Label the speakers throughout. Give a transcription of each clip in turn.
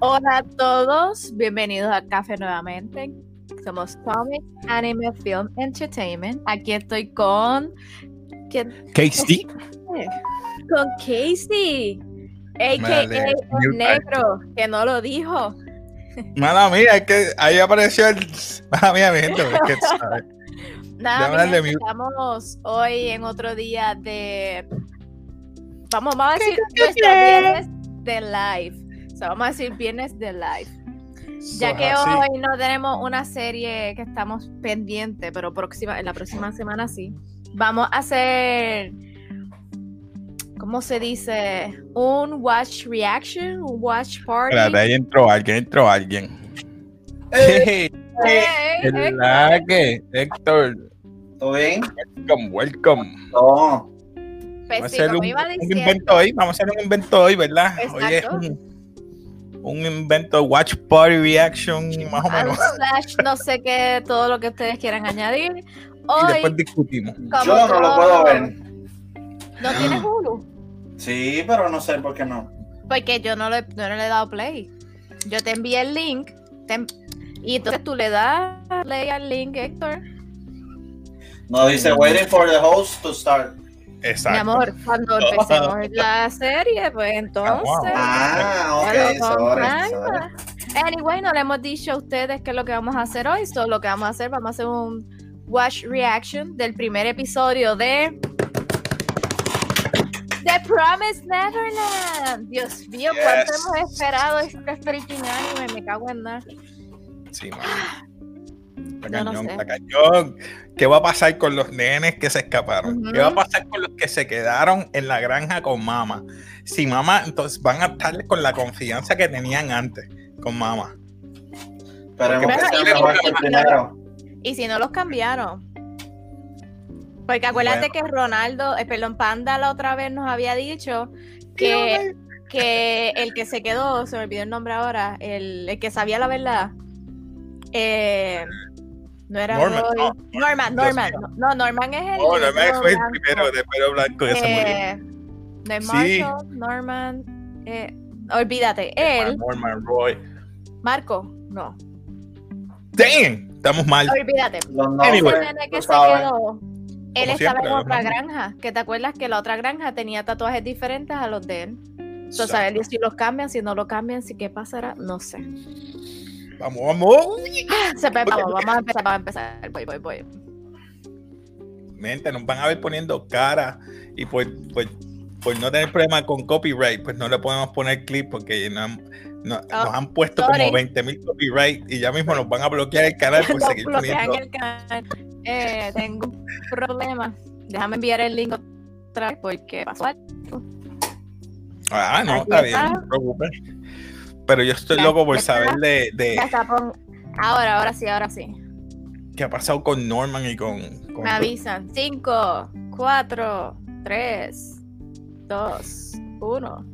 Speaker 1: Hola a todos, bienvenidos a Café nuevamente. Somos Comic Anime Film Entertainment. Aquí estoy con. ¿quién?
Speaker 2: Casey.
Speaker 1: Con Casey, a.k.a.
Speaker 2: Vale,
Speaker 1: el negro, que no lo dijo.
Speaker 2: Mala mía, es que ahí apareció el. Mala mía, mi gente, es que, ¿sabes?
Speaker 1: Nada,
Speaker 2: Déjame darle
Speaker 1: mi gente, estamos hoy en otro día de. Vamos, vamos a decir nuestro viernes de live. O sea, vamos a decir viernes de live. Ya
Speaker 2: Eso
Speaker 1: que
Speaker 2: es Pues así.
Speaker 1: hoy no tenemos una serie que estamos pendiente, pero próxima, en la próxima semana sí. Vamos a hacer, ¿cómo se dice? Un watch reaction, un watch party.
Speaker 2: Espérate, ahí entró alguien, entró alguien.
Speaker 3: Hey,
Speaker 1: Hey,
Speaker 2: El
Speaker 1: hey,
Speaker 2: laque, Héctor,
Speaker 3: ¿Todo bien?
Speaker 2: welcome, welcome.
Speaker 3: No.
Speaker 1: pues
Speaker 2: Vamos
Speaker 1: sí,
Speaker 2: a hacer
Speaker 1: como
Speaker 2: un,
Speaker 1: iba
Speaker 2: un
Speaker 1: diciendo,
Speaker 2: invento hoy, vamos a hacer un invento hoy, ¿verdad? Hoy es
Speaker 1: Exacto.
Speaker 2: un, un invento watch party reaction, más o
Speaker 1: algo
Speaker 2: menos.
Speaker 1: slash, no sé qué, todo lo que ustedes quieran añadir.
Speaker 2: Y
Speaker 1: Hoy
Speaker 2: después discutimos.
Speaker 3: Yo no lo puedo ver.
Speaker 1: no tienes Hulu,
Speaker 3: Sí, pero no sé por qué no.
Speaker 1: porque yo no, le- yo no le he dado play. Yo te envié el link te- y entonces tú le das play al link, Héctor.
Speaker 3: No dice waiting for the host to start.
Speaker 1: Mi
Speaker 2: Exacto.
Speaker 1: amor, cuando empecemos la serie, pues
Speaker 2: Ah, wow.
Speaker 1: entonces.
Speaker 3: Ah, ok,
Speaker 1: Pero con
Speaker 3: sorry. sorry.
Speaker 1: calma. Anyway, no le hemos dicho a ustedes qué es lo que vamos a hacer hoy. Solo lo que vamos a hacer, vamos a hacer un watch reaction del primer episodio de The Promised Neverland. Dios mío, cuánto
Speaker 3: Yes.
Speaker 1: hemos esperado este freaking anime. Me cago en nada.
Speaker 2: Sí, mano. Está
Speaker 1: Yo no
Speaker 2: cañón,
Speaker 1: sé.
Speaker 2: está cañón. ¿Qué va a pasar con los nenes que se escaparon? ¿Qué va a
Speaker 1: Ujú.
Speaker 2: pasar con los que se quedaron en la granja con mamá? Si mamá, entonces van a estar con la confianza que tenían antes con mamá.
Speaker 3: Esperemos
Speaker 1: Bueno,
Speaker 3: que sea
Speaker 1: y-
Speaker 3: mejor que
Speaker 1: y-
Speaker 3: el primero.
Speaker 1: Y si no los cambiaron. Porque acuérdate que Ronaldo, eh, perdón, Panda la otra vez nos había dicho que, que el que se quedó, se me olvidó el nombre ahora, el, el que sabía la verdad, eh, no era
Speaker 2: Norman,
Speaker 1: Roy-
Speaker 2: no,
Speaker 1: Norman,
Speaker 2: Dios
Speaker 1: Norman, no, Norman es el,
Speaker 2: Oh, no, me
Speaker 1: pelo
Speaker 2: fue el
Speaker 1: blanco.
Speaker 2: primero de pelo blanco que se murió.
Speaker 1: Eh, no es
Speaker 2: Sí.
Speaker 1: Marshall, Norman, eh, olvídate, Eh, él,
Speaker 2: Norman Roy.
Speaker 1: Marco, no,
Speaker 2: ¡Damn! Estamos mal.
Speaker 1: olvídate,
Speaker 3: Los
Speaker 1: Ese
Speaker 2: Anyway.
Speaker 3: nombres,
Speaker 1: nene
Speaker 3: tú
Speaker 1: que se
Speaker 3: sabes.
Speaker 1: quedó, él estaba
Speaker 2: siempre,
Speaker 1: en
Speaker 2: los
Speaker 1: otra
Speaker 2: nombres.
Speaker 1: granja. Que te acuerdas que la otra granja tenía tatuajes diferentes a los de él. Entonces, a
Speaker 2: Exacto.
Speaker 1: ver si los cambian, si no lo cambian, si qué pasará, no sé.
Speaker 2: Vamos, vamos.
Speaker 1: Se pe-
Speaker 2: Ok,
Speaker 1: vamos,
Speaker 2: ok.
Speaker 1: vamos a empezar, vamos a empezar. Voy, voy, voy.
Speaker 2: Mente, nos van a ver poniendo cara y por, por, por no tener problema con copyright, pues no le podemos poner clip porque no han- no-
Speaker 1: Ah,
Speaker 2: nos han puesto
Speaker 1: sorry.
Speaker 2: como 20 mil copyright y ya mismo nos van a bloquear el canal por
Speaker 1: No
Speaker 2: seguir
Speaker 1: bloquean
Speaker 2: poniendo.
Speaker 1: el canal. Eh, tengo un problema. Déjame enviar el link otra vez porque pasó algo.
Speaker 2: Ah, no,
Speaker 1: Aquí
Speaker 2: está bien,
Speaker 1: está.
Speaker 2: no te preocupes. Pero yo estoy
Speaker 1: Ya,
Speaker 2: loco por
Speaker 1: ya
Speaker 2: saber de, de
Speaker 1: Ya está, pon- Ahora, ahora sí, ahora sí.
Speaker 2: qué ha pasado con Norman y con. con-
Speaker 1: Me avisan. 5, 4, 3, 2, 1.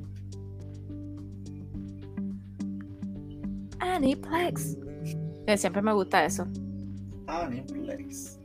Speaker 1: Aniplex. Eh, siempre me gusta eso.
Speaker 3: Ah, Aniplex.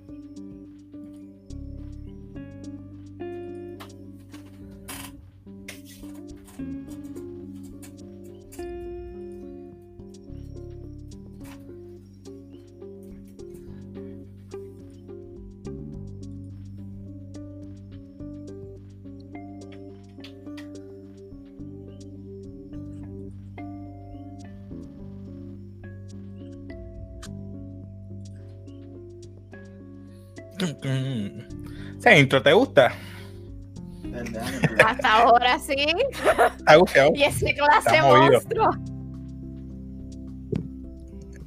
Speaker 2: Esa Mm. intro, ¿te gusta?
Speaker 3: El de
Speaker 2: Ah.
Speaker 3: Aniplex.
Speaker 1: Hasta ahora sí.
Speaker 2: ¿Te gusta?
Speaker 1: Y ese clase
Speaker 2: Está movido.
Speaker 1: monstruo.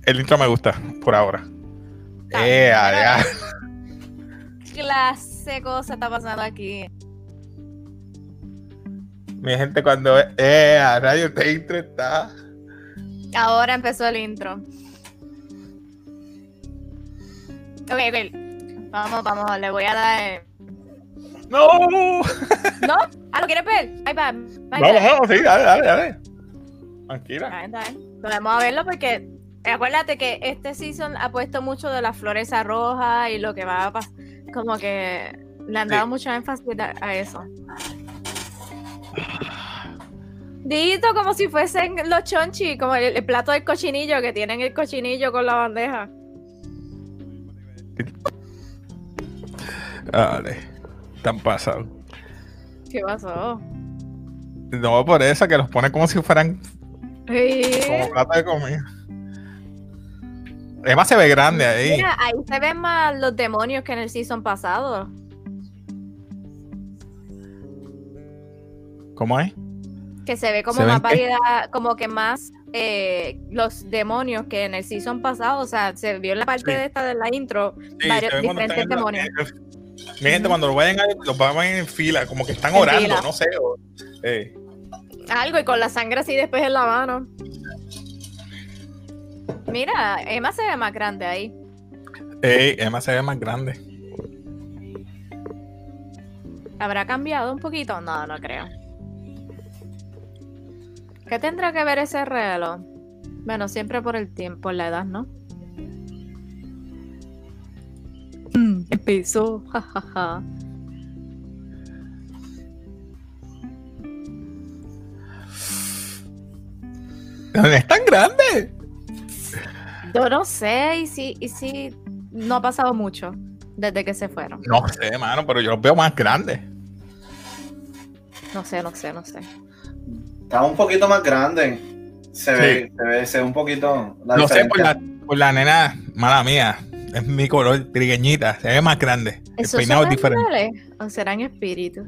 Speaker 2: El intro me gusta por ahora.
Speaker 1: Está
Speaker 2: Eh,
Speaker 1: bien,
Speaker 2: ya.
Speaker 1: Clase cosa está pasando aquí.
Speaker 2: Mi gente, cuando. ¡Eh! A radio este intro está.
Speaker 1: Ahora empezó el intro. Ok, ok. Vamos, vamos, le voy a dar.
Speaker 2: ¡No!
Speaker 1: ¿No? ¿Ah, lo quieres ver? Ahí va. ahí va.
Speaker 2: Vamos, vamos, sí, dale, dale, dale. Tranquila.
Speaker 1: Está bien, está bien. Podemos a verlo porque eh, acuérdate que este season ha puesto mucho de la floresa roja y lo que va a pasar. Como que le han
Speaker 2: Sí.
Speaker 1: dado mucho énfasis a, a eso. Dito como si fuesen los chonchi, como el, el plato del cochinillo, que tienen el cochinillo con la bandeja.
Speaker 2: Dale, tan pasado.
Speaker 1: ¿Qué pasó?
Speaker 2: No, por eso, que los pone como si fueran
Speaker 1: Sí.
Speaker 2: como plato de comida. Emma se ve grande ahí.
Speaker 1: Mira, ahí se ven más los demonios que en el season pasado.
Speaker 2: ¿Cómo es?
Speaker 1: Que se ve como
Speaker 2: ¿Se ven
Speaker 1: más
Speaker 2: qué?
Speaker 1: variedad, como que más eh, los demonios que en el season pasado. O sea, se vio en la parte
Speaker 2: Sí.
Speaker 1: de esta de la intro.
Speaker 2: Sí,
Speaker 1: varios
Speaker 2: se ve cuando
Speaker 1: diferentes
Speaker 2: están en la-
Speaker 1: demonios.
Speaker 2: Mi gente, cuando lo vayan a los van en fila, como que están
Speaker 1: En
Speaker 2: orando,
Speaker 1: fila.
Speaker 2: no sé. o- eh,
Speaker 1: Algo y con la sangre así después en la mano. Mira, Emma se ve más grande ahí.
Speaker 2: eh, Emma se ve más grande.
Speaker 1: ¿Habrá cambiado un poquito? No, no creo. ¿Qué tendrá que ver ese reloj? Bueno, siempre por el tiempo, la edad, ¿no? Mm, empezó. ja, ja, ja.
Speaker 2: Es tan grande.
Speaker 1: Yo no sé y si, y si no ha pasado mucho desde que se fueron.
Speaker 2: No sé, mano, pero yo los veo más grandes.
Speaker 1: No sé, no sé, no sé.
Speaker 3: Está un poquito más grande. Se
Speaker 2: Sí.
Speaker 3: ve, se ve, se ve un poquito. la
Speaker 2: No sé, pues, por
Speaker 3: diferencia.
Speaker 2: la, por la nena, mala mía. Es mi color trigueñita, se ve más grande. El
Speaker 1: ¿Esos
Speaker 2: peinado
Speaker 1: son
Speaker 2: es diferente.
Speaker 1: ángeles o serán espíritus?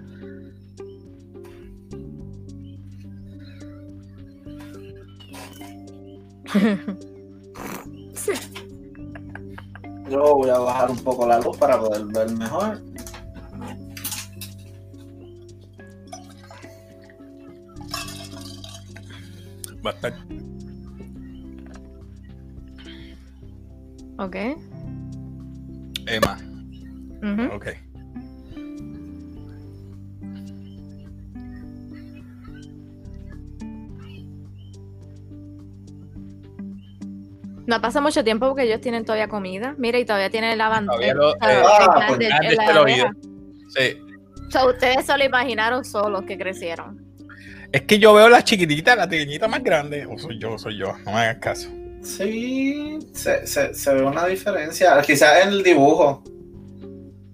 Speaker 3: Yo voy a bajar un poco la luz para poder ver mejor.
Speaker 2: Va a estar-
Speaker 1: Ok.
Speaker 2: Emma,
Speaker 1: ujú.
Speaker 2: eh, ok. Ah,
Speaker 1: No pasa mucho tiempo porque ellos tienen todavía comida. Mira, y todavía tienen la
Speaker 2: Todavía
Speaker 1: bandera.
Speaker 2: lo- eh,
Speaker 3: Ah, pues
Speaker 2: nada, este lo Sí.
Speaker 1: ustedes solo imaginaron solos que crecieron.
Speaker 2: Es que yo veo la chiquitita, la trigueñita más grande. O soy yo, soy yo. No me hagas caso.
Speaker 3: Sí, se, se, se ve una diferencia. Quizás en el dibujo,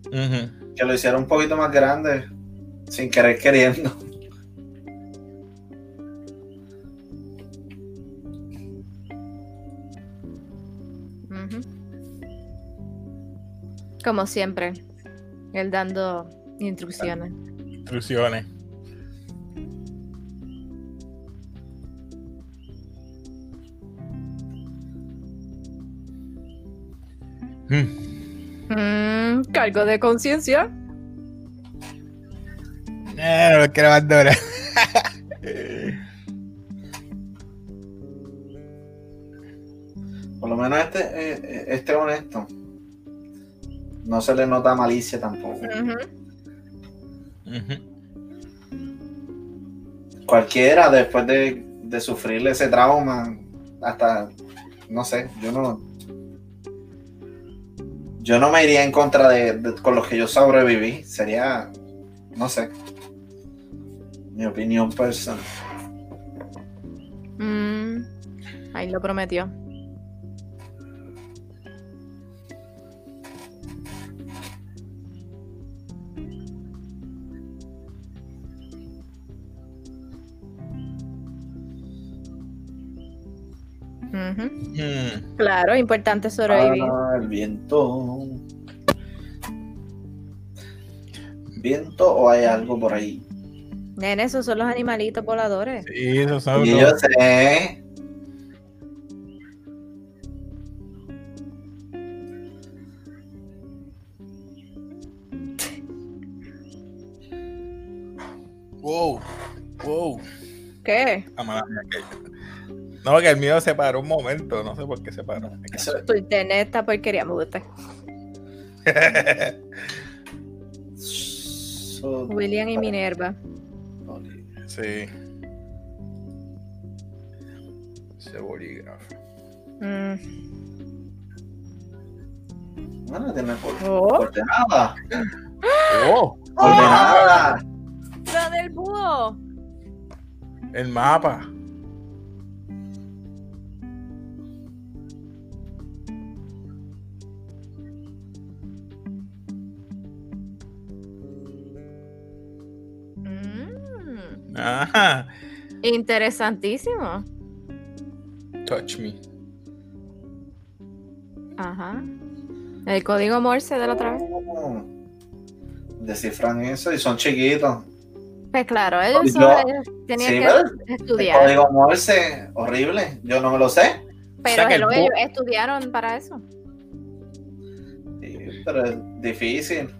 Speaker 2: Ujú.
Speaker 3: que lo hicieron un poquito más grande, sin querer queriendo.
Speaker 1: Ujú. Como siempre, él dando instrucciones.
Speaker 2: Instrucciones. Mm.
Speaker 1: Mm, cargo de conciencia.
Speaker 2: Eh, no lo quiero abandonar.
Speaker 3: Por lo menos este, eh, eh, este es honesto. No se le nota malicia tampoco.
Speaker 1: Ujú.
Speaker 2: Ujú.
Speaker 3: Cualquiera, después de, de sufrir ese trauma, hasta, no sé, yo no... Yo no me iría en contra de, de- con los que yo sobreviví. Sería, no sé, mi opinión personal.
Speaker 1: Mm, ahí lo prometió. Ujú.
Speaker 2: Mm.
Speaker 1: Claro, importante sobrevivir.
Speaker 3: Ah, el viento. ¿Viento o hay algo por ahí?
Speaker 1: Nene, esos son los animalitos voladores.
Speaker 2: Sí, eso son
Speaker 3: Y
Speaker 2: los-
Speaker 3: yo sé.
Speaker 2: Wow, wow.
Speaker 1: ¿Qué?
Speaker 2: Ah, mala mía, que- No, que el mío se paró un momento, no sé por qué se paró.
Speaker 3: Eso,
Speaker 1: Tu internet, esta porquería me gusta.
Speaker 3: eso-
Speaker 1: William y Minerva.
Speaker 2: sí. Ese bolígrafo.
Speaker 1: Mm.
Speaker 3: Bueno, tiene por-
Speaker 1: Oh,
Speaker 3: coordenada.
Speaker 2: Oh,
Speaker 1: Ah,
Speaker 3: Coordenada.
Speaker 1: lo del búho.
Speaker 2: El mapa.
Speaker 1: Mm,
Speaker 2: Ajá.
Speaker 1: interesantísimo.
Speaker 2: Touch me.
Speaker 1: Ajá. El código Morse de la otra vez.
Speaker 3: Oh. Descifran eso y son chiquitos.
Speaker 1: Pues claro, ellos,
Speaker 3: Yo-
Speaker 1: son, ellos tenían
Speaker 3: Sí,
Speaker 1: que
Speaker 3: ¿verdad? El
Speaker 1: estudiar.
Speaker 3: código Morse, horrible. Yo no me lo sé.
Speaker 1: Pero
Speaker 2: que el
Speaker 1: hello,
Speaker 2: bo-
Speaker 1: ellos estudiaron para eso.
Speaker 3: Sí, Pero es difícil.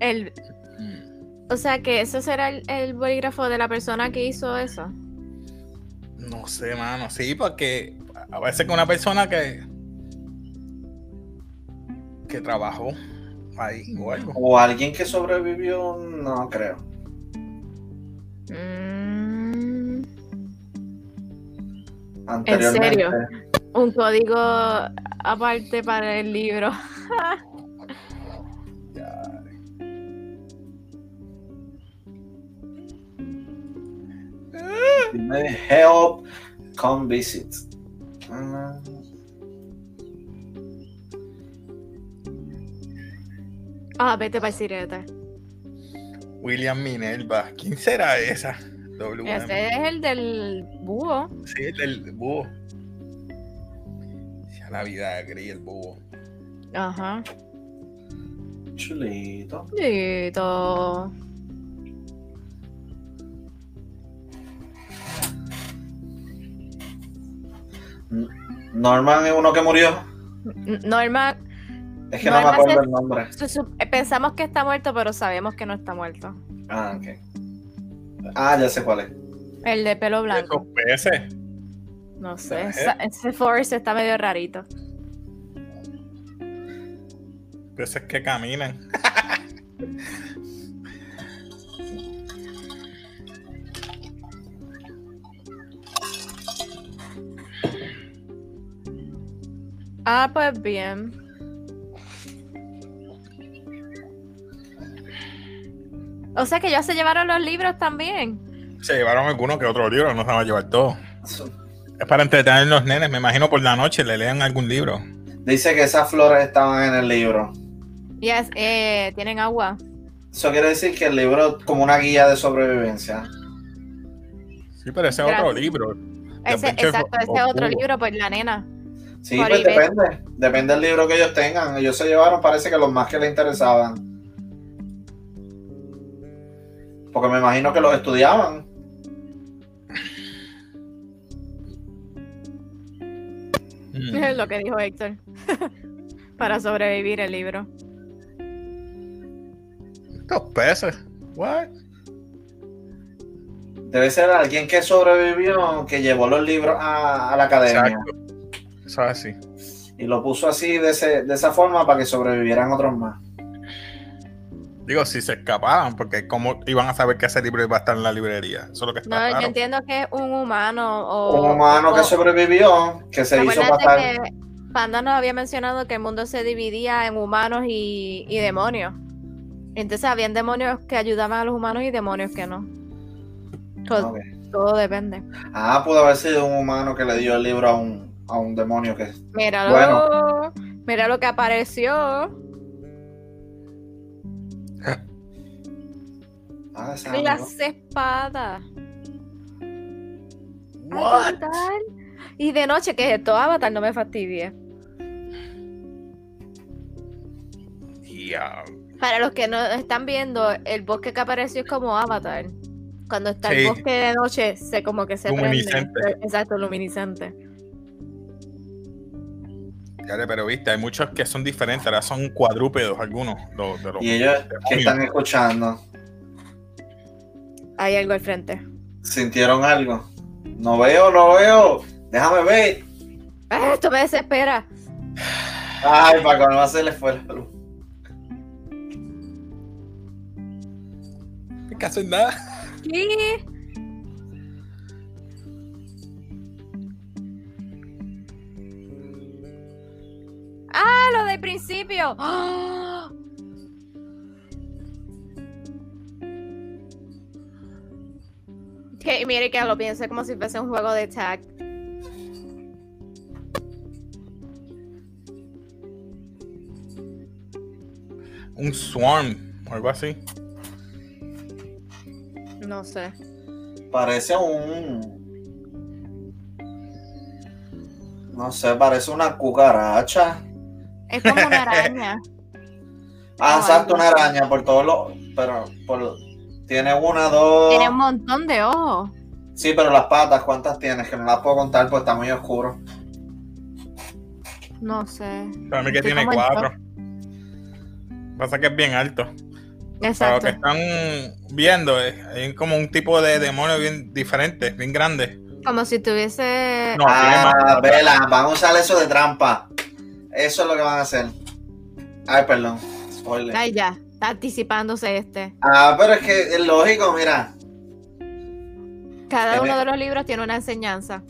Speaker 1: El,
Speaker 2: Mm,
Speaker 1: o sea que ese será el, el bolígrafo de la persona que hizo eso.
Speaker 2: No sé, mano. Sí, porque a veces que una persona que. que trabajó ahí o algo.
Speaker 3: O alguien que sobrevivió, no creo.
Speaker 1: Mm,
Speaker 3: Anteriormente.
Speaker 1: serio? un código aparte para el libro.
Speaker 2: Ya.
Speaker 3: Dime, Help, come visit. Ah,
Speaker 1: Ah, vete para el sirete.
Speaker 2: William Minerva. ¿Quién será esa? WM.
Speaker 1: Ese es el del búho.
Speaker 2: Sí, el del búho. Ya la vida gris, el búho.
Speaker 1: Ajá.
Speaker 3: Chulito.
Speaker 1: Listo.
Speaker 3: Norman es uno que murió.
Speaker 1: Norman,
Speaker 3: Es que no
Speaker 1: Norman
Speaker 3: me acuerdo
Speaker 1: se-
Speaker 3: el nombre.
Speaker 1: su- su- pensamos que está muerto, pero sabemos que no está muerto.
Speaker 3: Ah, ok. Ah, ya sé cuál es.
Speaker 1: El de pelo blanco.
Speaker 2: Esos peces.
Speaker 1: No sé. esa- Ese Forrest está medio rarito.
Speaker 2: Peces que caminan.
Speaker 1: Ah, pues bien. O sea que ya se llevaron los libros también.
Speaker 2: Se llevaron alguno que otro libro, no se van a llevar todo.
Speaker 3: Su-
Speaker 2: Es para entretener a los nenes, me imagino por la noche le lean algún libro.
Speaker 3: Dice que esas flores estaban en el libro.
Speaker 1: Yes, eh, tienen agua.
Speaker 3: Eso quiere decir que el libro es como una guía de sobrevivencia.
Speaker 2: Sí, pero ese es
Speaker 1: Gracias.
Speaker 2: otro libro.
Speaker 1: Ese,
Speaker 3: pues,
Speaker 2: Adventure
Speaker 1: exacto,
Speaker 2: of-
Speaker 1: ese
Speaker 3: oh,
Speaker 2: of
Speaker 1: otro
Speaker 2: Hugo.
Speaker 1: libro, pues la nena.
Speaker 3: Sí,
Speaker 1: Por
Speaker 3: pues
Speaker 1: eBay.
Speaker 3: depende. Depende del libro que ellos tengan. Ellos se llevaron, parece que los más que les interesaban. Porque me imagino que los estudiaban.
Speaker 1: Es
Speaker 2: Mm.
Speaker 1: lo que dijo Héctor. Para sobrevivir el libro.
Speaker 2: Estos peces. What?
Speaker 3: Debe ser alguien que sobrevivió, que llevó los libros a, a la academia
Speaker 2: Exacto. Eso es así.
Speaker 3: y lo puso así de, ese- de esa forma para que sobrevivieran otros más.
Speaker 2: Digo, si se escapaban, porque cómo iban a saber que ese libro iba a estar en la librería. Eso es lo que
Speaker 1: No,
Speaker 2: está
Speaker 1: yo
Speaker 2: raro.
Speaker 1: entiendo que es un humano o.
Speaker 3: Un humano que
Speaker 1: o-
Speaker 3: sobrevivió, que se hizo
Speaker 1: Oh, Acuérdate
Speaker 3: pasar.
Speaker 1: que Panda nos había mencionado que el mundo se dividía en humanos y, y demonios. Entonces habían demonios que ayudaban a los humanos y demonios que no. Todo,
Speaker 3: Ok.
Speaker 1: todo depende.
Speaker 3: Ah, pudo haber sido un humano que le dio el libro a un, a un demonio que
Speaker 1: Míralo. Mira lo que apareció.
Speaker 3: Ah, ese amigo.
Speaker 1: Las espadas. Ay,
Speaker 2: What?
Speaker 1: ¿qué tal? Y de noche, que es esto? Avatar, no me fastidie.
Speaker 2: Ya.
Speaker 1: Para los que no están viendo, el bosque que apareció es como Avatar. Cuando está
Speaker 2: Sí.
Speaker 1: el bosque de noche, se como que se
Speaker 2: Luminiscente.
Speaker 1: prende. Exacto, luminiscente.
Speaker 2: Dale, pero viste, hay muchos que son diferentes, ahora son cuadrúpedos algunos los- de los
Speaker 3: Y ellos que
Speaker 2: demonios.
Speaker 3: están escuchando,
Speaker 1: Hay algo al frente.
Speaker 3: ¿sintieron algo? No veo, no veo. Déjame ver.
Speaker 1: ¡Ah, esto me desespera.
Speaker 3: Ay, para no se le fue la luz.
Speaker 2: No hay que hacer nada.
Speaker 1: ¿Qué? Ah, lo del principio. ¡Ah! Y mire que lo piense como si fuese un juego de tag.
Speaker 2: Un swarm o algo así.
Speaker 1: No sé.
Speaker 3: Parece un. No sé, parece una cucaracha.
Speaker 1: Es como una araña.
Speaker 3: Ah,
Speaker 1: No, algo
Speaker 3: exacto, una
Speaker 1: así.
Speaker 3: araña por todos los. Pero por- tiene una, dos.
Speaker 1: Tiene un montón de ojos.
Speaker 3: Sí, pero las patas, ¿cuántas tienes? Que no las puedo contar porque está muy oscuro.
Speaker 1: No sé.
Speaker 2: Para mí que
Speaker 1: Estoy
Speaker 2: tiene
Speaker 1: como en
Speaker 2: cuatro. Pasa que es bien alto. Para los
Speaker 1: Exacto.
Speaker 2: que están viendo, eh, hay como un tipo de demonio bien diferente, bien grande.
Speaker 1: Como si tuviese.
Speaker 2: No, tiene
Speaker 3: ah,
Speaker 2: más.
Speaker 3: vela, van a usar eso de trampa. Eso es lo que van a hacer. Ay, perdón. Spoiler.
Speaker 1: Ay, ya. Está anticipándose este.
Speaker 3: Ah, pero es que es lógico, mira.
Speaker 1: Cada
Speaker 3: Tiene-
Speaker 1: uno de los libros tiene una enseñanza.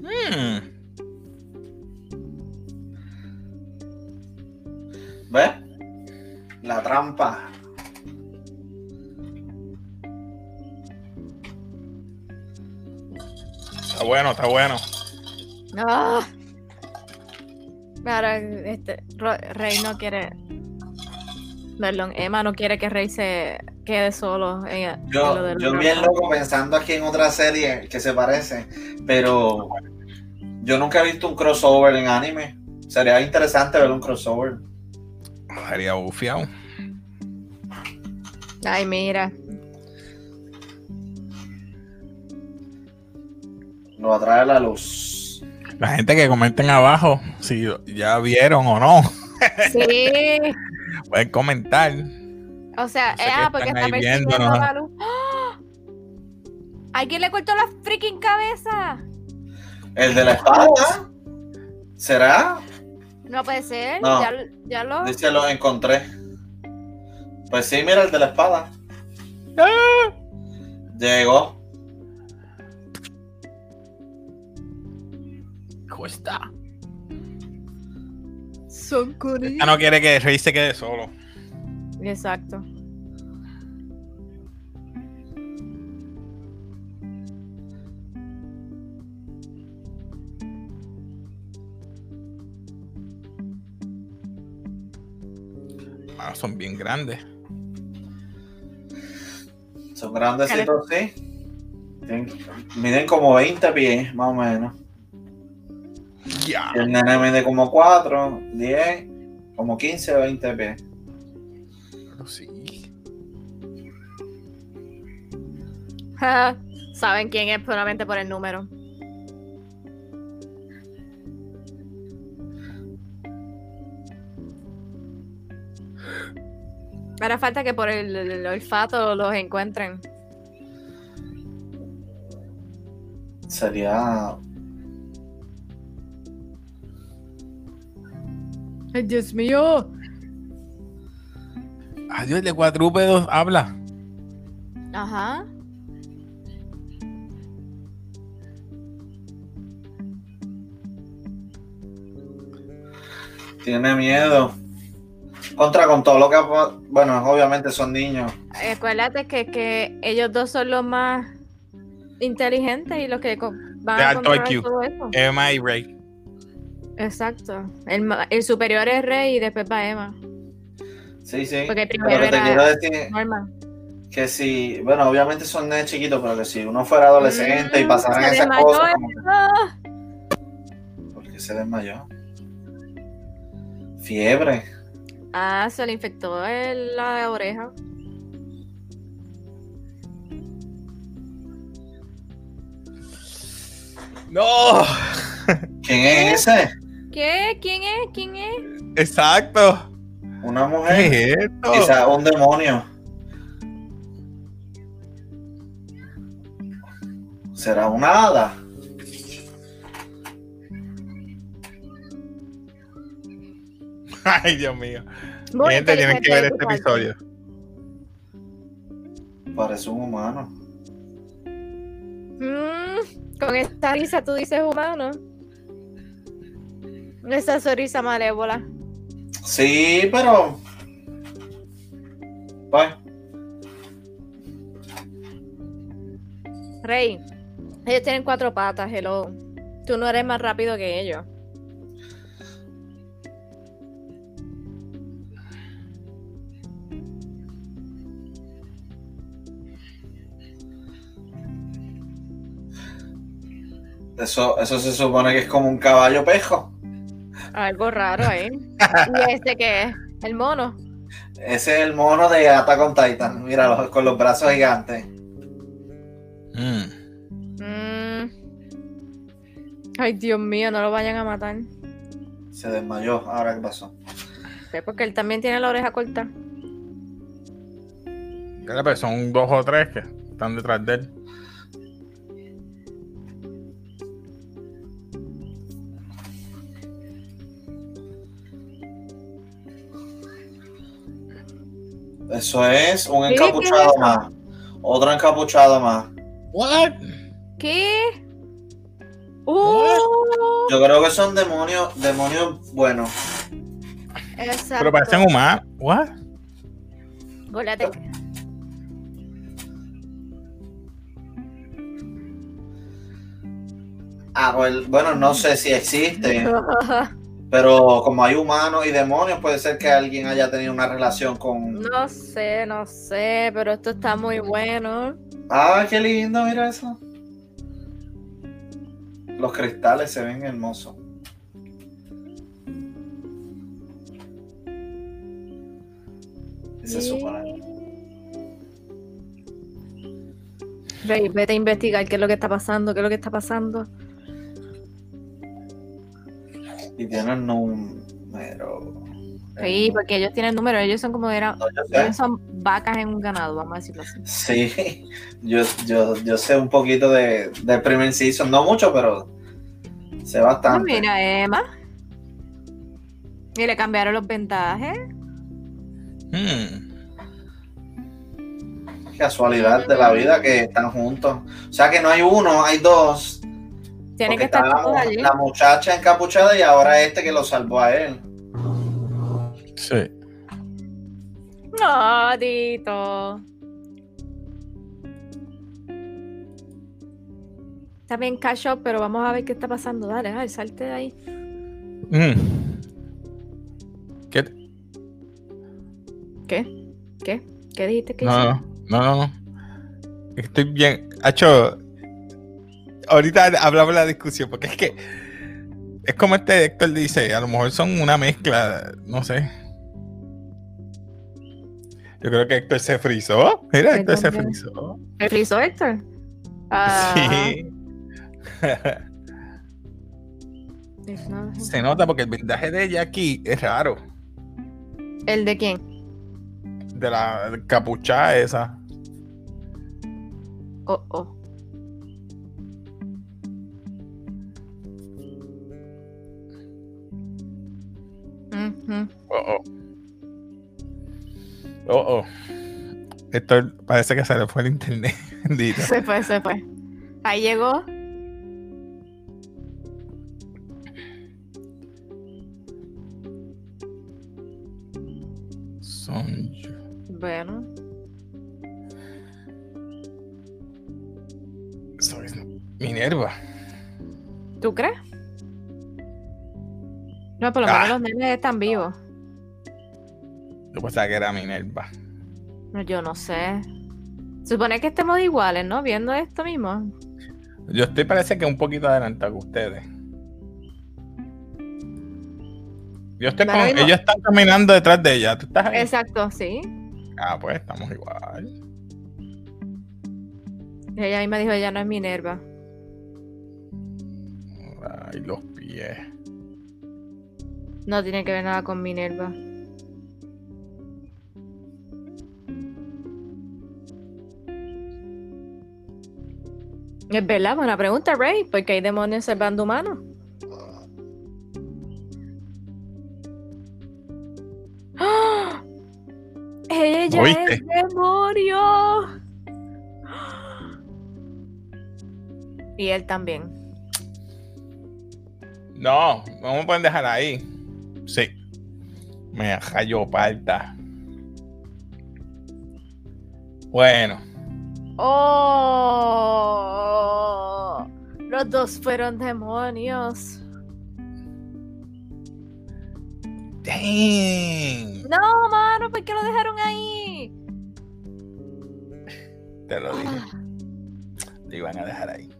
Speaker 2: Mm,
Speaker 3: ¿Ves? La trampa.
Speaker 2: está bueno, está bueno.
Speaker 1: ¡Ah! Claro, este, Ro- Rey no quiere. Perdón, Emma no quiere que Rey se quede solo. En, en lo
Speaker 3: Yo,
Speaker 1: del
Speaker 3: yo
Speaker 1: drama.
Speaker 3: bien loco pensando aquí en otra serie que se parece, pero yo nunca he visto un crossover en anime. Sería interesante ver un crossover.
Speaker 2: Estaría bufiado.
Speaker 1: Ay, mira.
Speaker 3: Lo atrae la luz.
Speaker 2: La gente que comenten abajo si ya vieron o no,
Speaker 1: Sí.
Speaker 2: pueden comentar.
Speaker 1: O sea,
Speaker 2: Sé
Speaker 1: eh,
Speaker 2: que
Speaker 1: ah, porque está
Speaker 2: están ahí
Speaker 1: persiguiendo
Speaker 2: viéndonos.
Speaker 1: la luz. ¡Ah! ¿Alguien le cortó la freaking cabeza?
Speaker 3: El de la espada. ¿Será?
Speaker 1: No puede ser.
Speaker 3: No.
Speaker 1: Ya, ya lo.
Speaker 3: Dice, lo encontré. Pues sí, mira el de la espada.
Speaker 1: ¡Ah!
Speaker 3: Llegó.
Speaker 2: Cuesta.
Speaker 1: Son
Speaker 2: Esta Ah, no quiere que Rey se quede solo.
Speaker 1: Exacto.
Speaker 2: Ah, son bien grandes.
Speaker 3: Son grandecitos, sí. Tienen- Miden como 20 pies, más o menos.
Speaker 2: Ya.
Speaker 3: Y El nene mide como 4, 10, como 15 o 20 pies.
Speaker 2: Pero sí.
Speaker 1: Saben quién es solamente por el número. Ahora falta que por el, el olfato los encuentren.
Speaker 3: Sería.
Speaker 1: ¡Ay, Dios mío!
Speaker 2: Adiós, el de cuadrúpedos habla.
Speaker 1: Ajá.
Speaker 3: Tiene miedo. Contra con todo lo que. ha- Bueno, obviamente son niños.
Speaker 1: Acuérdate que, que ellos dos son los más inteligentes y los que co- van
Speaker 2: De
Speaker 1: a
Speaker 2: alto
Speaker 1: controlar
Speaker 2: IQ.
Speaker 1: todo eso.
Speaker 2: Emma y Rey.
Speaker 1: Exacto. El, ma- el superior es Rey y después va Emma.
Speaker 3: Sí, sí.
Speaker 1: Porque primero
Speaker 3: Pero que te
Speaker 1: era-
Speaker 3: quiero decir
Speaker 1: Norman.
Speaker 3: que si. Bueno, obviamente son nenes chiquitos, pero que si uno fuera adolescente y
Speaker 1: Mm,
Speaker 3: pasaran
Speaker 1: se
Speaker 3: esas
Speaker 1: desmayó,
Speaker 3: cosas.
Speaker 1: eh.
Speaker 3: como que-
Speaker 1: Ah,
Speaker 3: ¿Por qué se desmayó? Fiebre.
Speaker 1: Ah, se le infectó el- la oreja.
Speaker 2: ¡No!
Speaker 3: ¿Quién es ese?
Speaker 1: ¿Qué? ¿Quién es? ¿Quién es?
Speaker 2: Exacto.
Speaker 3: Una mujer.
Speaker 2: ¿Qué es esto?
Speaker 3: Quizás un demonio. ¿Será una hada?
Speaker 2: Ay, Dios mío.
Speaker 1: Muy
Speaker 2: gente, tienen que ver este
Speaker 1: inteligente,
Speaker 2: episodio.
Speaker 3: Parece un humano.
Speaker 1: Mm, con esta risa tú dices humano. Esa sonrisa malévola.
Speaker 3: Sí, pero. Pues.
Speaker 1: Rey, ellos tienen cuatro patas, hello. Tú no eres más rápido que ellos.
Speaker 3: Eso, eso se supone que es como un caballo pejo.
Speaker 1: Algo raro ahí. ¿Y este qué es? El mono.
Speaker 3: Ese es el mono de Attack on Titan. Míralo, con los brazos gigantes.
Speaker 2: Mm.
Speaker 1: Mm. Ay, Dios mío, no lo vayan a matar.
Speaker 3: Se desmayó. Ahora qué pasó.
Speaker 1: Es porque él también tiene la oreja corta.
Speaker 2: Claro, pero son dos o tres que están detrás de él.
Speaker 3: Eso es un
Speaker 1: Sí,
Speaker 3: encapuchado
Speaker 1: ¿qué es eso?
Speaker 3: más. Otro encapuchado más.
Speaker 2: What?
Speaker 1: ¿Qué? ¡Uh!
Speaker 3: Yo creo que son demonios, demonios buenos.
Speaker 1: Exacto.
Speaker 2: Pero parecen humanos. What?
Speaker 1: Golate.
Speaker 3: Ah, pues, bueno, no sé si existe, pero como hay humanos y demonios, puede ser que alguien haya tenido una relación con.
Speaker 1: No sé, no sé, pero esto está muy bueno.
Speaker 3: Ah, qué lindo, mira eso. Los cristales se ven hermosos. Se supone.
Speaker 1: Rey, vete a investigar qué es lo que está pasando, qué es lo que está pasando.
Speaker 3: Y tiene un número. Eh.
Speaker 1: Sí, pues, porque ellos tienen números, ellos son como era,
Speaker 3: No, yo sé.
Speaker 1: ellos son vacas en un ganado, vamos a decirlo así.
Speaker 3: Sí, yo, yo, yo sé un poquito de, del primer season, no mucho, pero sé
Speaker 1: Ah,
Speaker 3: bastante.
Speaker 1: mira, Emma. Y le cambiaron los vendajes.
Speaker 2: Hmm.
Speaker 3: Casualidad de la vida que están juntos. O sea que no hay uno, hay dos.
Speaker 1: Tienen
Speaker 3: porque
Speaker 1: que estar
Speaker 3: está
Speaker 1: todos
Speaker 3: la,
Speaker 1: allí.
Speaker 3: la muchacha encapuchada y ahora este que lo salvó a él.
Speaker 2: Sí.
Speaker 1: No, Tito. Está bien cash up, pero vamos a ver qué está pasando. Dale, dale, salte de ahí.
Speaker 2: Mm. ¿Qué? te-
Speaker 1: ¿Qué? ¿Qué? ¿Qué dijiste que
Speaker 2: No,
Speaker 1: hiciste?
Speaker 2: no, no, no, no. Estoy bien. Hacho, ahorita hablamos la discusión, porque es que es como este Héctor dice, a lo mejor son una mezcla, no sé. Yo creo que Héctor se frizó. Mira,
Speaker 1: Ay,
Speaker 2: Héctor se
Speaker 1: también.
Speaker 2: frizó.
Speaker 1: ¿El friso Héctor? Ah,
Speaker 2: Sí.
Speaker 1: es nada.
Speaker 2: se nota porque el vendaje de ella aquí es raro.
Speaker 1: ¿El de quién?
Speaker 2: De la capucha esa.
Speaker 1: Oh, oh. Ujú.
Speaker 2: Oh, oh. Oh, oh. Héctor, parece que se le fue el internet. Bendito.
Speaker 1: Se fue, se fue. Ahí llegó.
Speaker 2: Son yo.
Speaker 1: Bueno.
Speaker 2: Soy Minerva.
Speaker 1: ¿Tú crees? No, por lo menos
Speaker 2: Ah.
Speaker 1: los nenes están vivos.
Speaker 2: Yo pensaba que era Minerva.
Speaker 1: No, Yo no sé. Supone que estemos iguales, ¿no? Viendo esto mismo.
Speaker 2: Yo estoy, parece que un poquito adelantado que ustedes. Yo estoy
Speaker 1: Bueno,
Speaker 2: con.
Speaker 1: digo-
Speaker 2: Ella está caminando detrás de ella. ¿Tú estás ahí?
Speaker 1: Exacto, sí.
Speaker 2: Ah, pues estamos igual.
Speaker 1: Y Ella misma dijo, ella no es Minerva.
Speaker 2: Ay, los pies.
Speaker 1: No tiene que ver nada con Minerva. Es verdad, buena pregunta, Rey, porque hay demonios salvando humanos. ¡Ah! ¡Ella es
Speaker 2: ¿Oíste?
Speaker 1: demonio! ¡Ah! Y él también.
Speaker 2: No, no me pueden dejar ahí. Sí. Me hallo palta. Bueno,
Speaker 1: ¡Oh! Los dos fueron demonios.
Speaker 2: Dang.
Speaker 1: No, mano, ¿por qué lo dejaron ahí?
Speaker 2: Te lo dije.
Speaker 1: Ah.
Speaker 2: Lo iban a dejar ahí.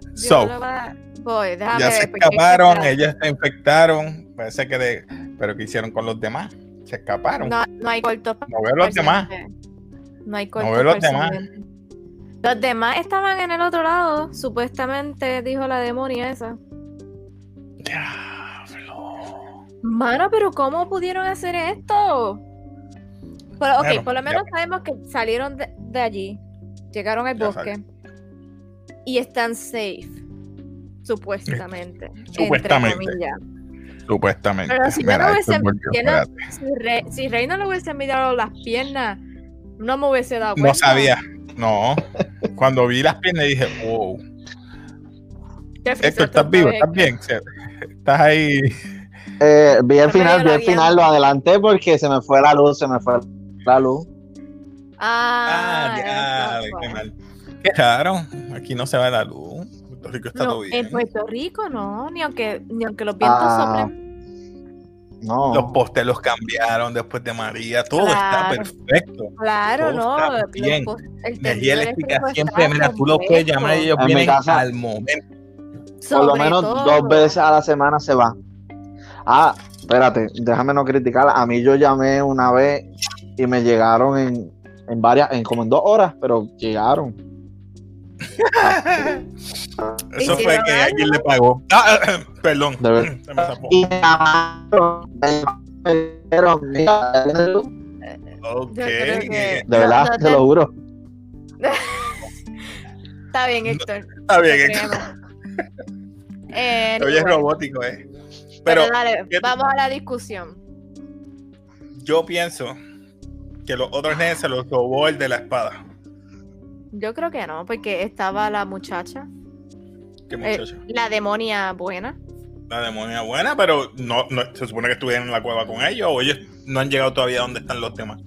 Speaker 1: Dios
Speaker 2: So,
Speaker 1: lo va- Voy, déjame
Speaker 2: ya se
Speaker 1: ver, porque es que
Speaker 2: escaparon,
Speaker 1: está-
Speaker 2: ellas se infectaron. Parece que de. Pero ¿qué hicieron con los demás? Se escaparon. No,
Speaker 1: No, no hay cortos. pa-
Speaker 2: veo los demás.
Speaker 1: personajes. No hay cortos.
Speaker 2: veo los demás.
Speaker 1: personajes. Los demás estaban en el otro lado, supuestamente, dijo la demonia esa.
Speaker 2: Diablo.
Speaker 1: Mano, pero ¿cómo pudieron hacer esto? Pero, ok,
Speaker 2: Bueno,
Speaker 1: por lo
Speaker 2: ya. pues.
Speaker 1: menos sabemos que salieron de, de allí, llegaron al
Speaker 2: Ya
Speaker 1: bosque y están safe, supuestamente. entre
Speaker 2: Supuestamente.
Speaker 1: comillas.
Speaker 2: Supuestamente.
Speaker 1: Pero si yo no
Speaker 2: esto
Speaker 1: hubiese-
Speaker 2: volvió,
Speaker 1: yo no-
Speaker 2: espérate.
Speaker 1: Si, Re- si Rey no le hubiese mirado las piernas, no me hubiese dado cuenta.
Speaker 2: No sabía. No. Cuando vi las piernas dije, wow.
Speaker 1: Jeff,
Speaker 2: Héctor,
Speaker 1: eso tú
Speaker 2: ¿estás vivo?
Speaker 1: sabes.
Speaker 2: ¿Estás bien? Estás ahí.
Speaker 4: Eh, vi el final, vi
Speaker 1: yo lo
Speaker 4: el
Speaker 1: vi
Speaker 4: final, lo adelanté porque se me fue la luz, se me fue la luz.
Speaker 1: Ah,
Speaker 2: Ah,
Speaker 1: eso
Speaker 2: ya, qué
Speaker 1: fue.
Speaker 2: mal. Qué raro. Aquí no se va la luz. Puerto Rico está
Speaker 1: No, eh, pues,
Speaker 2: todo bien.
Speaker 1: en Puerto Rico no, ni aunque, ni aunque los vientos
Speaker 4: Ah,
Speaker 1: soplen.
Speaker 4: No.
Speaker 2: Los postes los cambiaron después de María. Todo está
Speaker 1: Claro.
Speaker 2: perfecto.
Speaker 1: Claro,
Speaker 2: todo
Speaker 1: no.
Speaker 2: está
Speaker 1: los
Speaker 2: bien.
Speaker 1: pos- el tendido
Speaker 2: Energía eléctrica
Speaker 1: eléctrico
Speaker 2: siempre.
Speaker 1: está
Speaker 2: Mira, tú lo puedes
Speaker 1: completo.
Speaker 2: llamar y ellos
Speaker 4: En mi
Speaker 2: vienen
Speaker 4: casa-
Speaker 2: al momento.
Speaker 4: Por lo
Speaker 1: Sobre
Speaker 4: menos
Speaker 1: todo.
Speaker 4: dos veces a la semana se va. Ah, espérate, déjame no criticar. A mí yo llamé una vez y me llegaron en, en varias, en como en dos horas, pero llegaron.
Speaker 2: Eso
Speaker 1: si
Speaker 2: fue
Speaker 1: no
Speaker 2: que
Speaker 1: hay,
Speaker 2: alguien le pagó. Ah, perdón.
Speaker 4: De verdad.
Speaker 2: Se me tapó.
Speaker 4: Y me llamaron, me dijeron, mira, ¿tienes luz?
Speaker 2: Ok.
Speaker 1: Yo creo que-
Speaker 4: de verdad,
Speaker 1: No, no,
Speaker 4: te lo juro.
Speaker 1: Está bien, Héctor.
Speaker 2: Está bien.
Speaker 1: te
Speaker 2: Héctor.
Speaker 1: creemos. Eh,
Speaker 2: Oye, es
Speaker 1: anyway,
Speaker 2: robótico, ¿eh?
Speaker 1: pero
Speaker 2: Pero
Speaker 1: dale,
Speaker 2: ¿qué-
Speaker 1: vamos a la discusión.
Speaker 2: yo pienso que los otros nenes se los robó el de la espada.
Speaker 1: Yo creo que no, porque estaba la muchacha,
Speaker 2: Qué
Speaker 1: eh,
Speaker 2: muchacho.
Speaker 1: la demonia buena.
Speaker 2: La demonia buena, pero no, no se supone que estuvieron en la cueva con ellos o ellos no han llegado todavía a donde están los demás.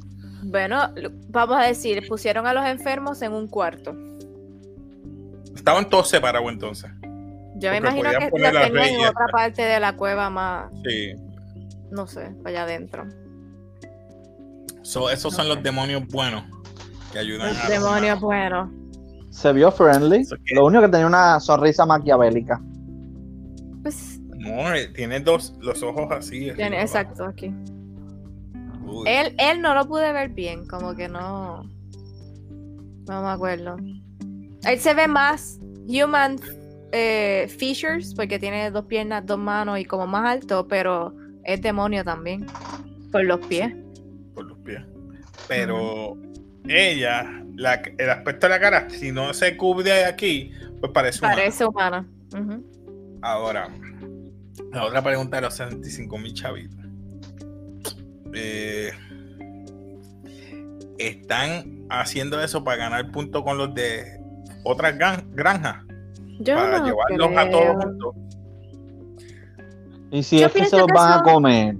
Speaker 1: Bueno, lo- vamos a decir, pusieron a los enfermos en un cuarto.
Speaker 2: Estaban todos separados entonces.
Speaker 1: Yo me
Speaker 2: Porque
Speaker 1: imagino
Speaker 2: podían
Speaker 1: que los
Speaker 2: poner a pues.
Speaker 1: tenían
Speaker 2: Rey
Speaker 1: en
Speaker 2: y a-
Speaker 1: otra parte de la cueva más,
Speaker 2: Sí.
Speaker 1: no sé, para allá adentro.
Speaker 2: So, esos son los demonios buenos que ayudan a
Speaker 1: Los
Speaker 2: los
Speaker 1: demonios,
Speaker 2: humanos.
Speaker 1: bueno.
Speaker 4: Se vio friendly.
Speaker 2: Eso que-
Speaker 4: Lo único que tenía una sonrisa maquiavélica.
Speaker 1: Pues,
Speaker 2: No, eh, tiene dos, los ojos así. así
Speaker 1: tiene-
Speaker 2: para
Speaker 1: exacto, Eh. aquí.
Speaker 2: abajo. Uy,
Speaker 1: Él, él no lo pude ver bien, como que no. No me acuerdo. Él se ve más human eh, features, porque tiene dos piernas, dos manos y como más alto, pero es demonio también. Por los pies.
Speaker 2: Por los pies. Pero ella, la- el aspecto de la cara, si no se cubre aquí, pues parece humana.
Speaker 1: Parece humana. Ujú.
Speaker 2: Ahora, la otra pregunta de los 65 mil chavitos. Eh, ¿Están haciendo eso para ganar puntos con los de otras gran- granjas?
Speaker 1: Yo
Speaker 2: para
Speaker 1: no
Speaker 2: llevarlos a
Speaker 1: creo.
Speaker 2: todos juntos.
Speaker 4: Y si
Speaker 1: Yo
Speaker 4: es que
Speaker 1: pienso
Speaker 4: se los
Speaker 1: que
Speaker 4: van a
Speaker 1: son-
Speaker 4: comer.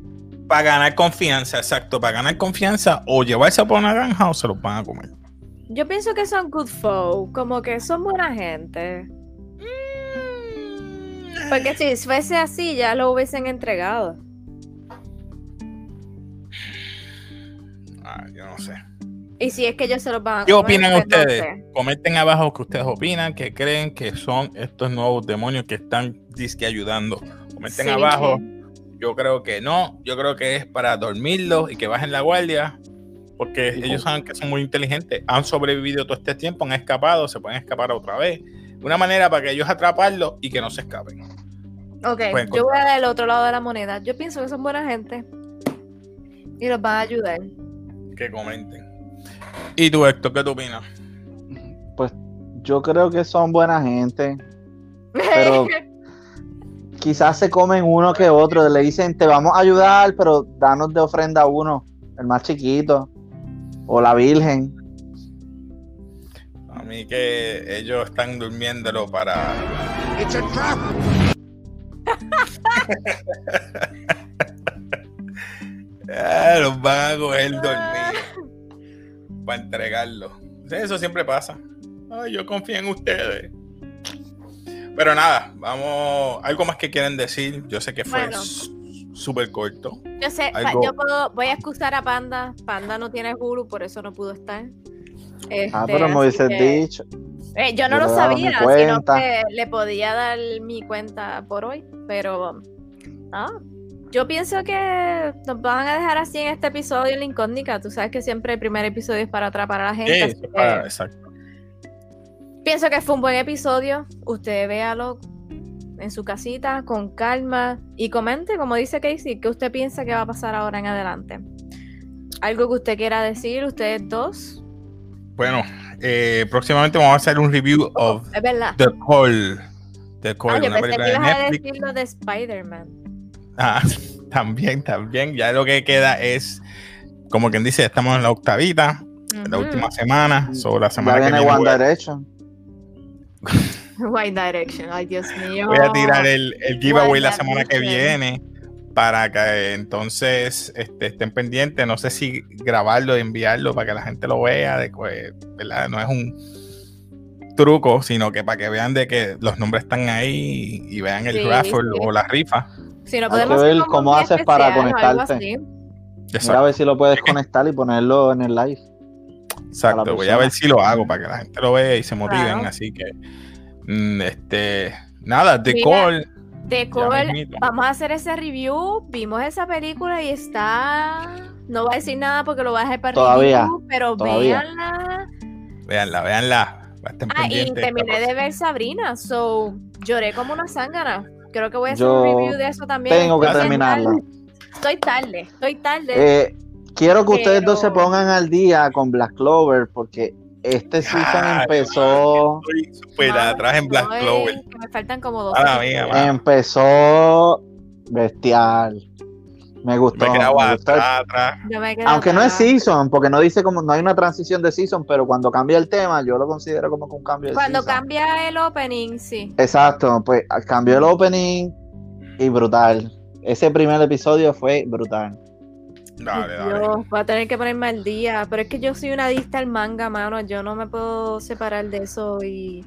Speaker 2: Para ganar confianza, exacto. Para ganar confianza, o llevarse por una granja o se los van a comer.
Speaker 1: Yo pienso que son good folk, como que son buena gente. Porque si fuese así, ya lo hubiesen entregado.
Speaker 2: Ah, yo no sé.
Speaker 1: Y si es que ellos se los van a
Speaker 2: ¿Qué
Speaker 1: comer,
Speaker 2: opinan
Speaker 1: pues no
Speaker 2: ustedes?
Speaker 1: sé.
Speaker 2: Comenten abajo qué ustedes opinan, qué creen que son estos nuevos demonios que están disque ayudando. Comenten
Speaker 1: Sí.
Speaker 2: abajo. Yo creo que no. Yo creo que es para dormirlos y que bajen la guardia. Porque
Speaker 4: Ujú.
Speaker 2: ellos saben que son muy inteligentes. Han sobrevivido todo este tiempo, han escapado, se pueden escapar otra vez. Una manera para que ellos atraparlos y que no se escapen.
Speaker 1: Ok,
Speaker 2: pueden
Speaker 1: yo voy al otro lado de la moneda. Yo pienso que son buena gente. Y los van a ayudar.
Speaker 2: Que comenten. ¿Y tú, Héctor, qué tú opinas?
Speaker 4: Yo creo que son buena gente. Pero- Quizás se comen uno que otro. Le dicen, te vamos a ayudar, pero danos de ofrenda uno. El más chiquito. O la virgen.
Speaker 2: A mí que ellos están durmiéndolo para. Ah, los van a coger dormidos para entregarlo. Eso siempre pasa. Ay, yo confío en ustedes. Pero nada, vamos. Algo más que quieren decir. Yo sé que fue
Speaker 1: Bueno.
Speaker 2: s- súper corto.
Speaker 1: Yo sé, pa-
Speaker 2: Algo-
Speaker 1: yo puedo, voy a excusar a Panda. Panda no tiene Hulu, por eso no pudo estar.
Speaker 3: Ah,
Speaker 1: Este,
Speaker 3: pero me
Speaker 1: así
Speaker 3: hubiese
Speaker 1: que-
Speaker 3: dicho.
Speaker 1: Eh, yo no
Speaker 3: Yo
Speaker 1: lo
Speaker 3: le daba mi
Speaker 1: sabía, sino
Speaker 3: cuenta.
Speaker 1: que le podía dar mi cuenta por hoy, pero ah, yo pienso que nos van a dejar así en este episodio en la incógnita. Tú sabes que siempre el primer episodio es para atrapar a la gente.
Speaker 2: Eh,
Speaker 1: así que
Speaker 2: para- exacto.
Speaker 1: Pienso que fue un buen episodio. Usted véalo en su casita, con calma, y comente, como dice Casey, qué usted piensa que va a pasar ahora en adelante. Algo que usted quiera decir, ustedes dos.
Speaker 2: Bueno, eh, próximamente vamos a hacer un review of
Speaker 1: Es verdad.
Speaker 2: The Call. The Call,
Speaker 1: Ah, yo
Speaker 2: una
Speaker 1: pensé
Speaker 2: película
Speaker 1: que ibas
Speaker 2: de
Speaker 1: a
Speaker 2: Netflix.
Speaker 1: decir lo de Spider-Man.
Speaker 2: Ah, también, también. Ya lo que queda es, como quien dice, estamos en la octavita, en la
Speaker 1: Ujú.
Speaker 2: última semana, sobre la
Speaker 3: Ya
Speaker 2: semana que
Speaker 3: viene
Speaker 2: viene.
Speaker 3: One
Speaker 2: voy a-
Speaker 3: Direction.
Speaker 1: White Direction, ay Dios mío.
Speaker 2: Voy a tirar el, el
Speaker 1: Guarda,
Speaker 2: giveaway la semana que
Speaker 1: Michelle.
Speaker 2: viene para que eh, entonces este, estén pendientes. No sé si grabarlo, enviarlo para que la gente lo vea. De, que, ¿verdad? No es un truco, sino que para que vean de que los nombres están ahí y vean el
Speaker 1: Sí,
Speaker 2: raffle
Speaker 1: sí.
Speaker 2: o la rifa.
Speaker 1: Si no
Speaker 3: Hay
Speaker 1: podemos
Speaker 3: que
Speaker 1: hacer
Speaker 3: ver
Speaker 1: como
Speaker 3: cómo
Speaker 1: un día
Speaker 3: haces para
Speaker 1: especial o algo
Speaker 3: conectarte.
Speaker 1: así.
Speaker 3: Mira a
Speaker 2: Exacto,
Speaker 3: ver si lo puedes conectar y ponerlo en el live. a
Speaker 2: exacto.
Speaker 3: la
Speaker 2: Voy a ver si lo hago para que la gente lo vea y se motiven.
Speaker 1: Claro.
Speaker 2: Así que, mm, este, nada, de
Speaker 1: Mira,
Speaker 2: call.
Speaker 1: De
Speaker 2: ya
Speaker 1: Cole,
Speaker 2: mismito.
Speaker 1: vamos a hacer ese review. Vimos esa película y está. No voy a decir nada porque lo voy a dejar para
Speaker 3: Todavía,
Speaker 1: review, pero
Speaker 3: todavía.
Speaker 1: véanla.
Speaker 2: Véanla, véanla. Estén
Speaker 1: Ah, y
Speaker 2: pendientes.
Speaker 1: terminé de ver Sabrina, so lloré como una zángana. Creo que voy a hacer un
Speaker 3: Yo
Speaker 1: review de eso también.
Speaker 3: Tengo que
Speaker 1: Estoy bien
Speaker 3: terminarla.
Speaker 1: tarde, Estoy tarde, estoy tarde.
Speaker 3: Eh, quiero que ustedes
Speaker 1: Pero-
Speaker 3: dos se pongan al día con Black Clover porque este season
Speaker 2: Ay,
Speaker 3: empezó,
Speaker 2: Estoy súper atrás en Black
Speaker 1: Ay,
Speaker 2: Clover. Ah.
Speaker 1: que Me faltan como dos.
Speaker 2: A la mía, mano.
Speaker 3: empezó bestial. Me gustó.
Speaker 2: Me quedaba
Speaker 3: me gustó el-
Speaker 2: atrás, atrás.
Speaker 1: Yo me quedé
Speaker 3: Aunque no es
Speaker 1: atrás.
Speaker 3: season, porque no dice como no hay una transición de season, pero cuando cambia el tema, yo lo considero como que un cambio de
Speaker 1: Cuando
Speaker 3: season.
Speaker 1: cambia el opening, sí.
Speaker 3: Exacto, pues cambió el opening y brutal. Ese primer episodio fue brutal.
Speaker 2: Dale,
Speaker 1: Ay,
Speaker 2: dale.
Speaker 1: Dios, voy a tener que ponerme al día. Pero es que yo soy una adicta al manga, mano. Yo no me puedo separar de eso. Y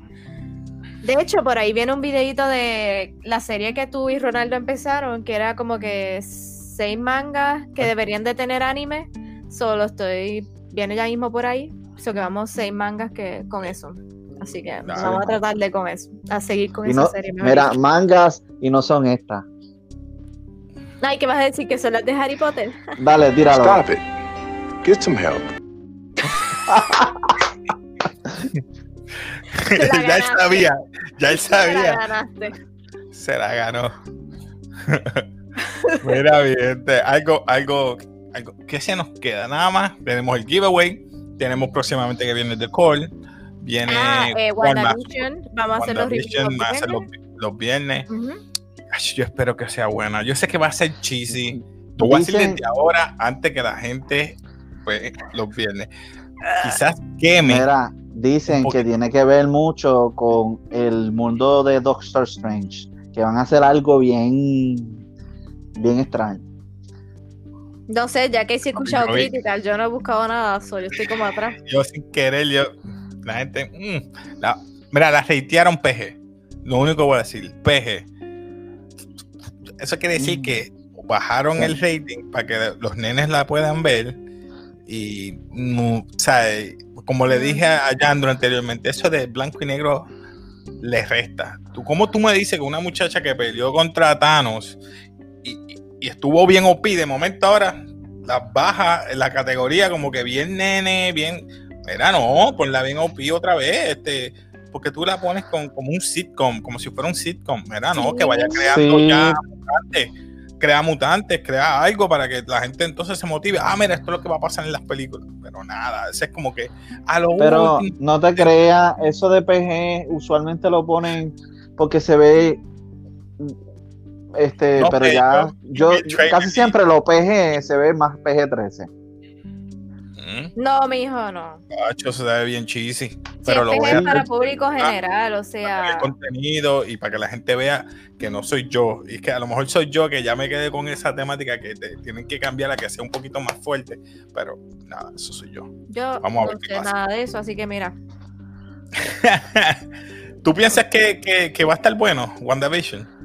Speaker 1: de hecho, por ahí viene un videito de la serie que tú y Ronaldo empezaron, que era como que seis mangas que deberían de tener anime. Solo estoy, viene ya mismo por ahí. So que vamos seis mangas que con eso. Así que
Speaker 2: Dale.
Speaker 1: vamos a tratar de con eso, a seguir con
Speaker 3: Y
Speaker 1: esa
Speaker 3: no-
Speaker 1: serie. mejor
Speaker 3: Mira,
Speaker 1: dicho.
Speaker 3: mangas y no son estas.
Speaker 1: Ay, ¿qué vas a decir? Que son las de Harry Potter.
Speaker 3: Dale, tíralo.
Speaker 5: Stop it. Get some help.
Speaker 1: Se la
Speaker 2: ya él
Speaker 1: ganaste.
Speaker 2: sabía, ya él
Speaker 1: La
Speaker 2: sabía.
Speaker 1: ganaste.
Speaker 2: Se la ganó. Mira, mi gente, algo, algo, algo. ¿Qué se nos queda? Nada más. Tenemos el giveaway. Tenemos próximamente que viene The Call. Viene
Speaker 1: Ah, eh,
Speaker 2: Juan Mazo.
Speaker 1: WandaVision. Vamos a hacer los
Speaker 2: Wandavision,
Speaker 1: reviews.
Speaker 2: va a hacer los,
Speaker 1: ¿entiendes?
Speaker 2: los viernes.
Speaker 1: Ujú.
Speaker 2: Ay, yo espero que sea buena. Yo sé que va a ser cheesy. Lo voy a decir
Speaker 3: Dicen-
Speaker 2: desde ahora, antes que la gente, pues, los viernes.
Speaker 1: Ah.
Speaker 2: Quizás queme.
Speaker 3: Mira, dicen
Speaker 2: Un
Speaker 3: que tiene que ver mucho con el mundo de Doctor Strange, que van a hacer algo bien, bien extraño.
Speaker 1: No sé, ya que sí he escuchado
Speaker 2: Yo vi-
Speaker 1: críticas, yo no he buscado nada, so, yo estoy como atrás.
Speaker 2: Yo sin querer, yo. La gente. mm, la- mira, la reitearon PG. Lo único que voy a decir, PG. Eso quiere decir
Speaker 3: Mm.
Speaker 2: que bajaron
Speaker 3: Sí.
Speaker 2: el rating para que los nenes la puedan ver. Y, no, o sea, eh, como le dije a Yandro anteriormente, eso de blanco y negro le resta. ¿Tú, ¿Cómo tú me dices que una muchacha que peleó contra Thanos y, y- y estuvo bien OP de momento ahora las baja en la categoría como que bien nene, bien... Mira, no, ponla bien OP otra vez, este, porque tú la pones con, como un sitcom, como si fuera un sitcom. Mira, no, que vaya creando
Speaker 3: Sí.
Speaker 2: ya mutantes, crea mutantes, crea algo para que la gente entonces se motive. Ah, mira, esto es lo que va a pasar en las películas. Pero nada, eso es como que a lo
Speaker 3: Pero
Speaker 2: último.
Speaker 3: no te creas, eso de PG usualmente lo ponen porque se ve. Este,
Speaker 2: No, eh,
Speaker 3: pero
Speaker 2: pero
Speaker 3: ya, yo
Speaker 2: el trailer
Speaker 3: casi
Speaker 2: sí.
Speaker 3: siempre lo PG se ve más PG-13.
Speaker 2: Mm,
Speaker 1: No, mijo, no.
Speaker 2: Cacho, se ve bien cheesy.
Speaker 1: Si
Speaker 2: Pero
Speaker 1: es
Speaker 2: lo
Speaker 1: PG
Speaker 2: voy a
Speaker 1: para público
Speaker 2: Ah,
Speaker 1: general, o
Speaker 2: para el
Speaker 1: sea.
Speaker 2: contenido y para que la gente vea que no soy yo. Y que a lo mejor soy yo que ya me quedé con esa temática que te- tienen que cambiar a que sea un poquito más fuerte. Pero nada, eso soy yo.
Speaker 1: Yo
Speaker 2: Vamos a ver
Speaker 1: no
Speaker 2: qué
Speaker 1: sé
Speaker 2: pasa.
Speaker 1: nada de eso, así que mira.
Speaker 2: ¿Tú piensas que, que- que va a estar bueno WandaVision?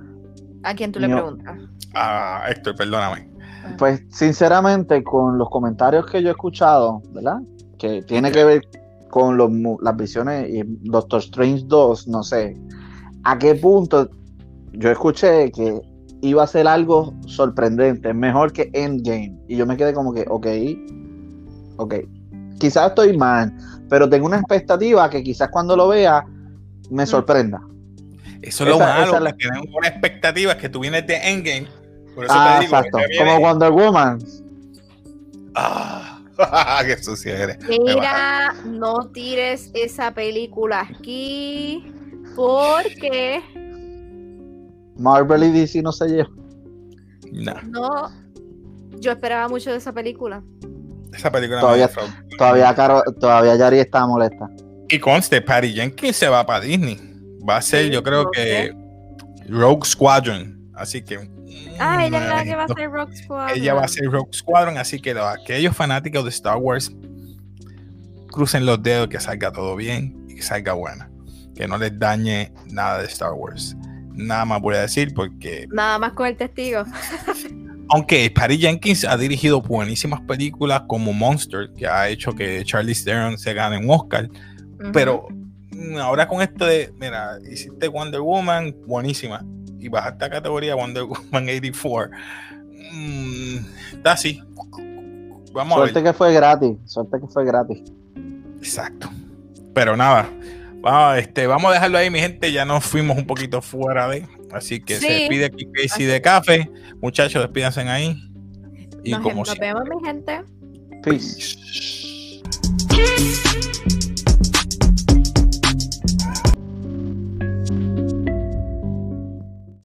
Speaker 1: ¿A quién tú le
Speaker 3: No.
Speaker 1: preguntas?
Speaker 2: Ah, Héctor, perdóname.
Speaker 3: Pues sinceramente, con los comentarios que yo he escuchado, ¿verdad? Que tiene que ver con los mu- las visiones y Doctor Strange 2, no sé. ¿A qué punto yo escuché que iba a ser algo sorprendente, mejor que Endgame? Y yo me quedé como que, ok, ok. Quizás estoy mal, pero tengo una expectativa que quizás cuando lo vea
Speaker 2: Mm.
Speaker 3: me sorprenda.
Speaker 2: Eso es lo
Speaker 3: Esa- esa
Speaker 2: malo,
Speaker 3: es la-
Speaker 2: que tienen una expectativa que tú vienes de Endgame. Por eso
Speaker 3: Ah,
Speaker 2: te digo, que
Speaker 3: exacto.
Speaker 2: te viene-
Speaker 3: Como Wonder Woman.
Speaker 2: Ah, qué sucio eres.
Speaker 1: Mira, no tires esa película aquí porque
Speaker 3: Marvel y DC no se llevan.
Speaker 2: No,
Speaker 1: no. Yo esperaba mucho de esa película.
Speaker 2: esa película me
Speaker 3: Todavía-
Speaker 2: defraudó.
Speaker 3: Todavía, Caro, todavía Yari está molesta.
Speaker 2: Y conste, Patty Jenkins se va para Disney. Va a ser,
Speaker 1: Sí,
Speaker 2: yo creo
Speaker 1: no
Speaker 2: que Rogue Squadron. Así que. mm,
Speaker 1: Ah, ella es la que va a
Speaker 2: no.
Speaker 1: ser Rock Squad.
Speaker 2: Ella va a ser Rogue Squadron, así que los- aquellos fanáticos de Star Wars crucen los dedos que salga todo bien y que salga buena. Que no les dañe nada de Star Wars. Nada más voy a decir porque
Speaker 1: Nada más con el testigo.
Speaker 2: aunque Patty Jenkins ha dirigido buenísimas películas como Monster, que ha hecho que Charlie Theron se gane un Oscar, pero mm, ahora con esto de, mira, hiciste Wonder Woman, buenísima, y bajaste a categoría Wonder Woman 84. mm, Está así. Vamos a ver.
Speaker 3: Suerte que fue gratis, suerte que fue gratis.
Speaker 2: Exacto. Pero nada. Vamos, este, vamos a dejarlo ahí, mi gente. Ya nos fuimos un poquito fuera de. Así que se
Speaker 1: Sí.
Speaker 2: despide aquí Casey de Café. Muchachos, despídanse ahí. Y
Speaker 1: nos,
Speaker 2: como
Speaker 1: nos
Speaker 2: siempre.
Speaker 1: vemos, mi gente.
Speaker 3: Peace.
Speaker 2: Shh.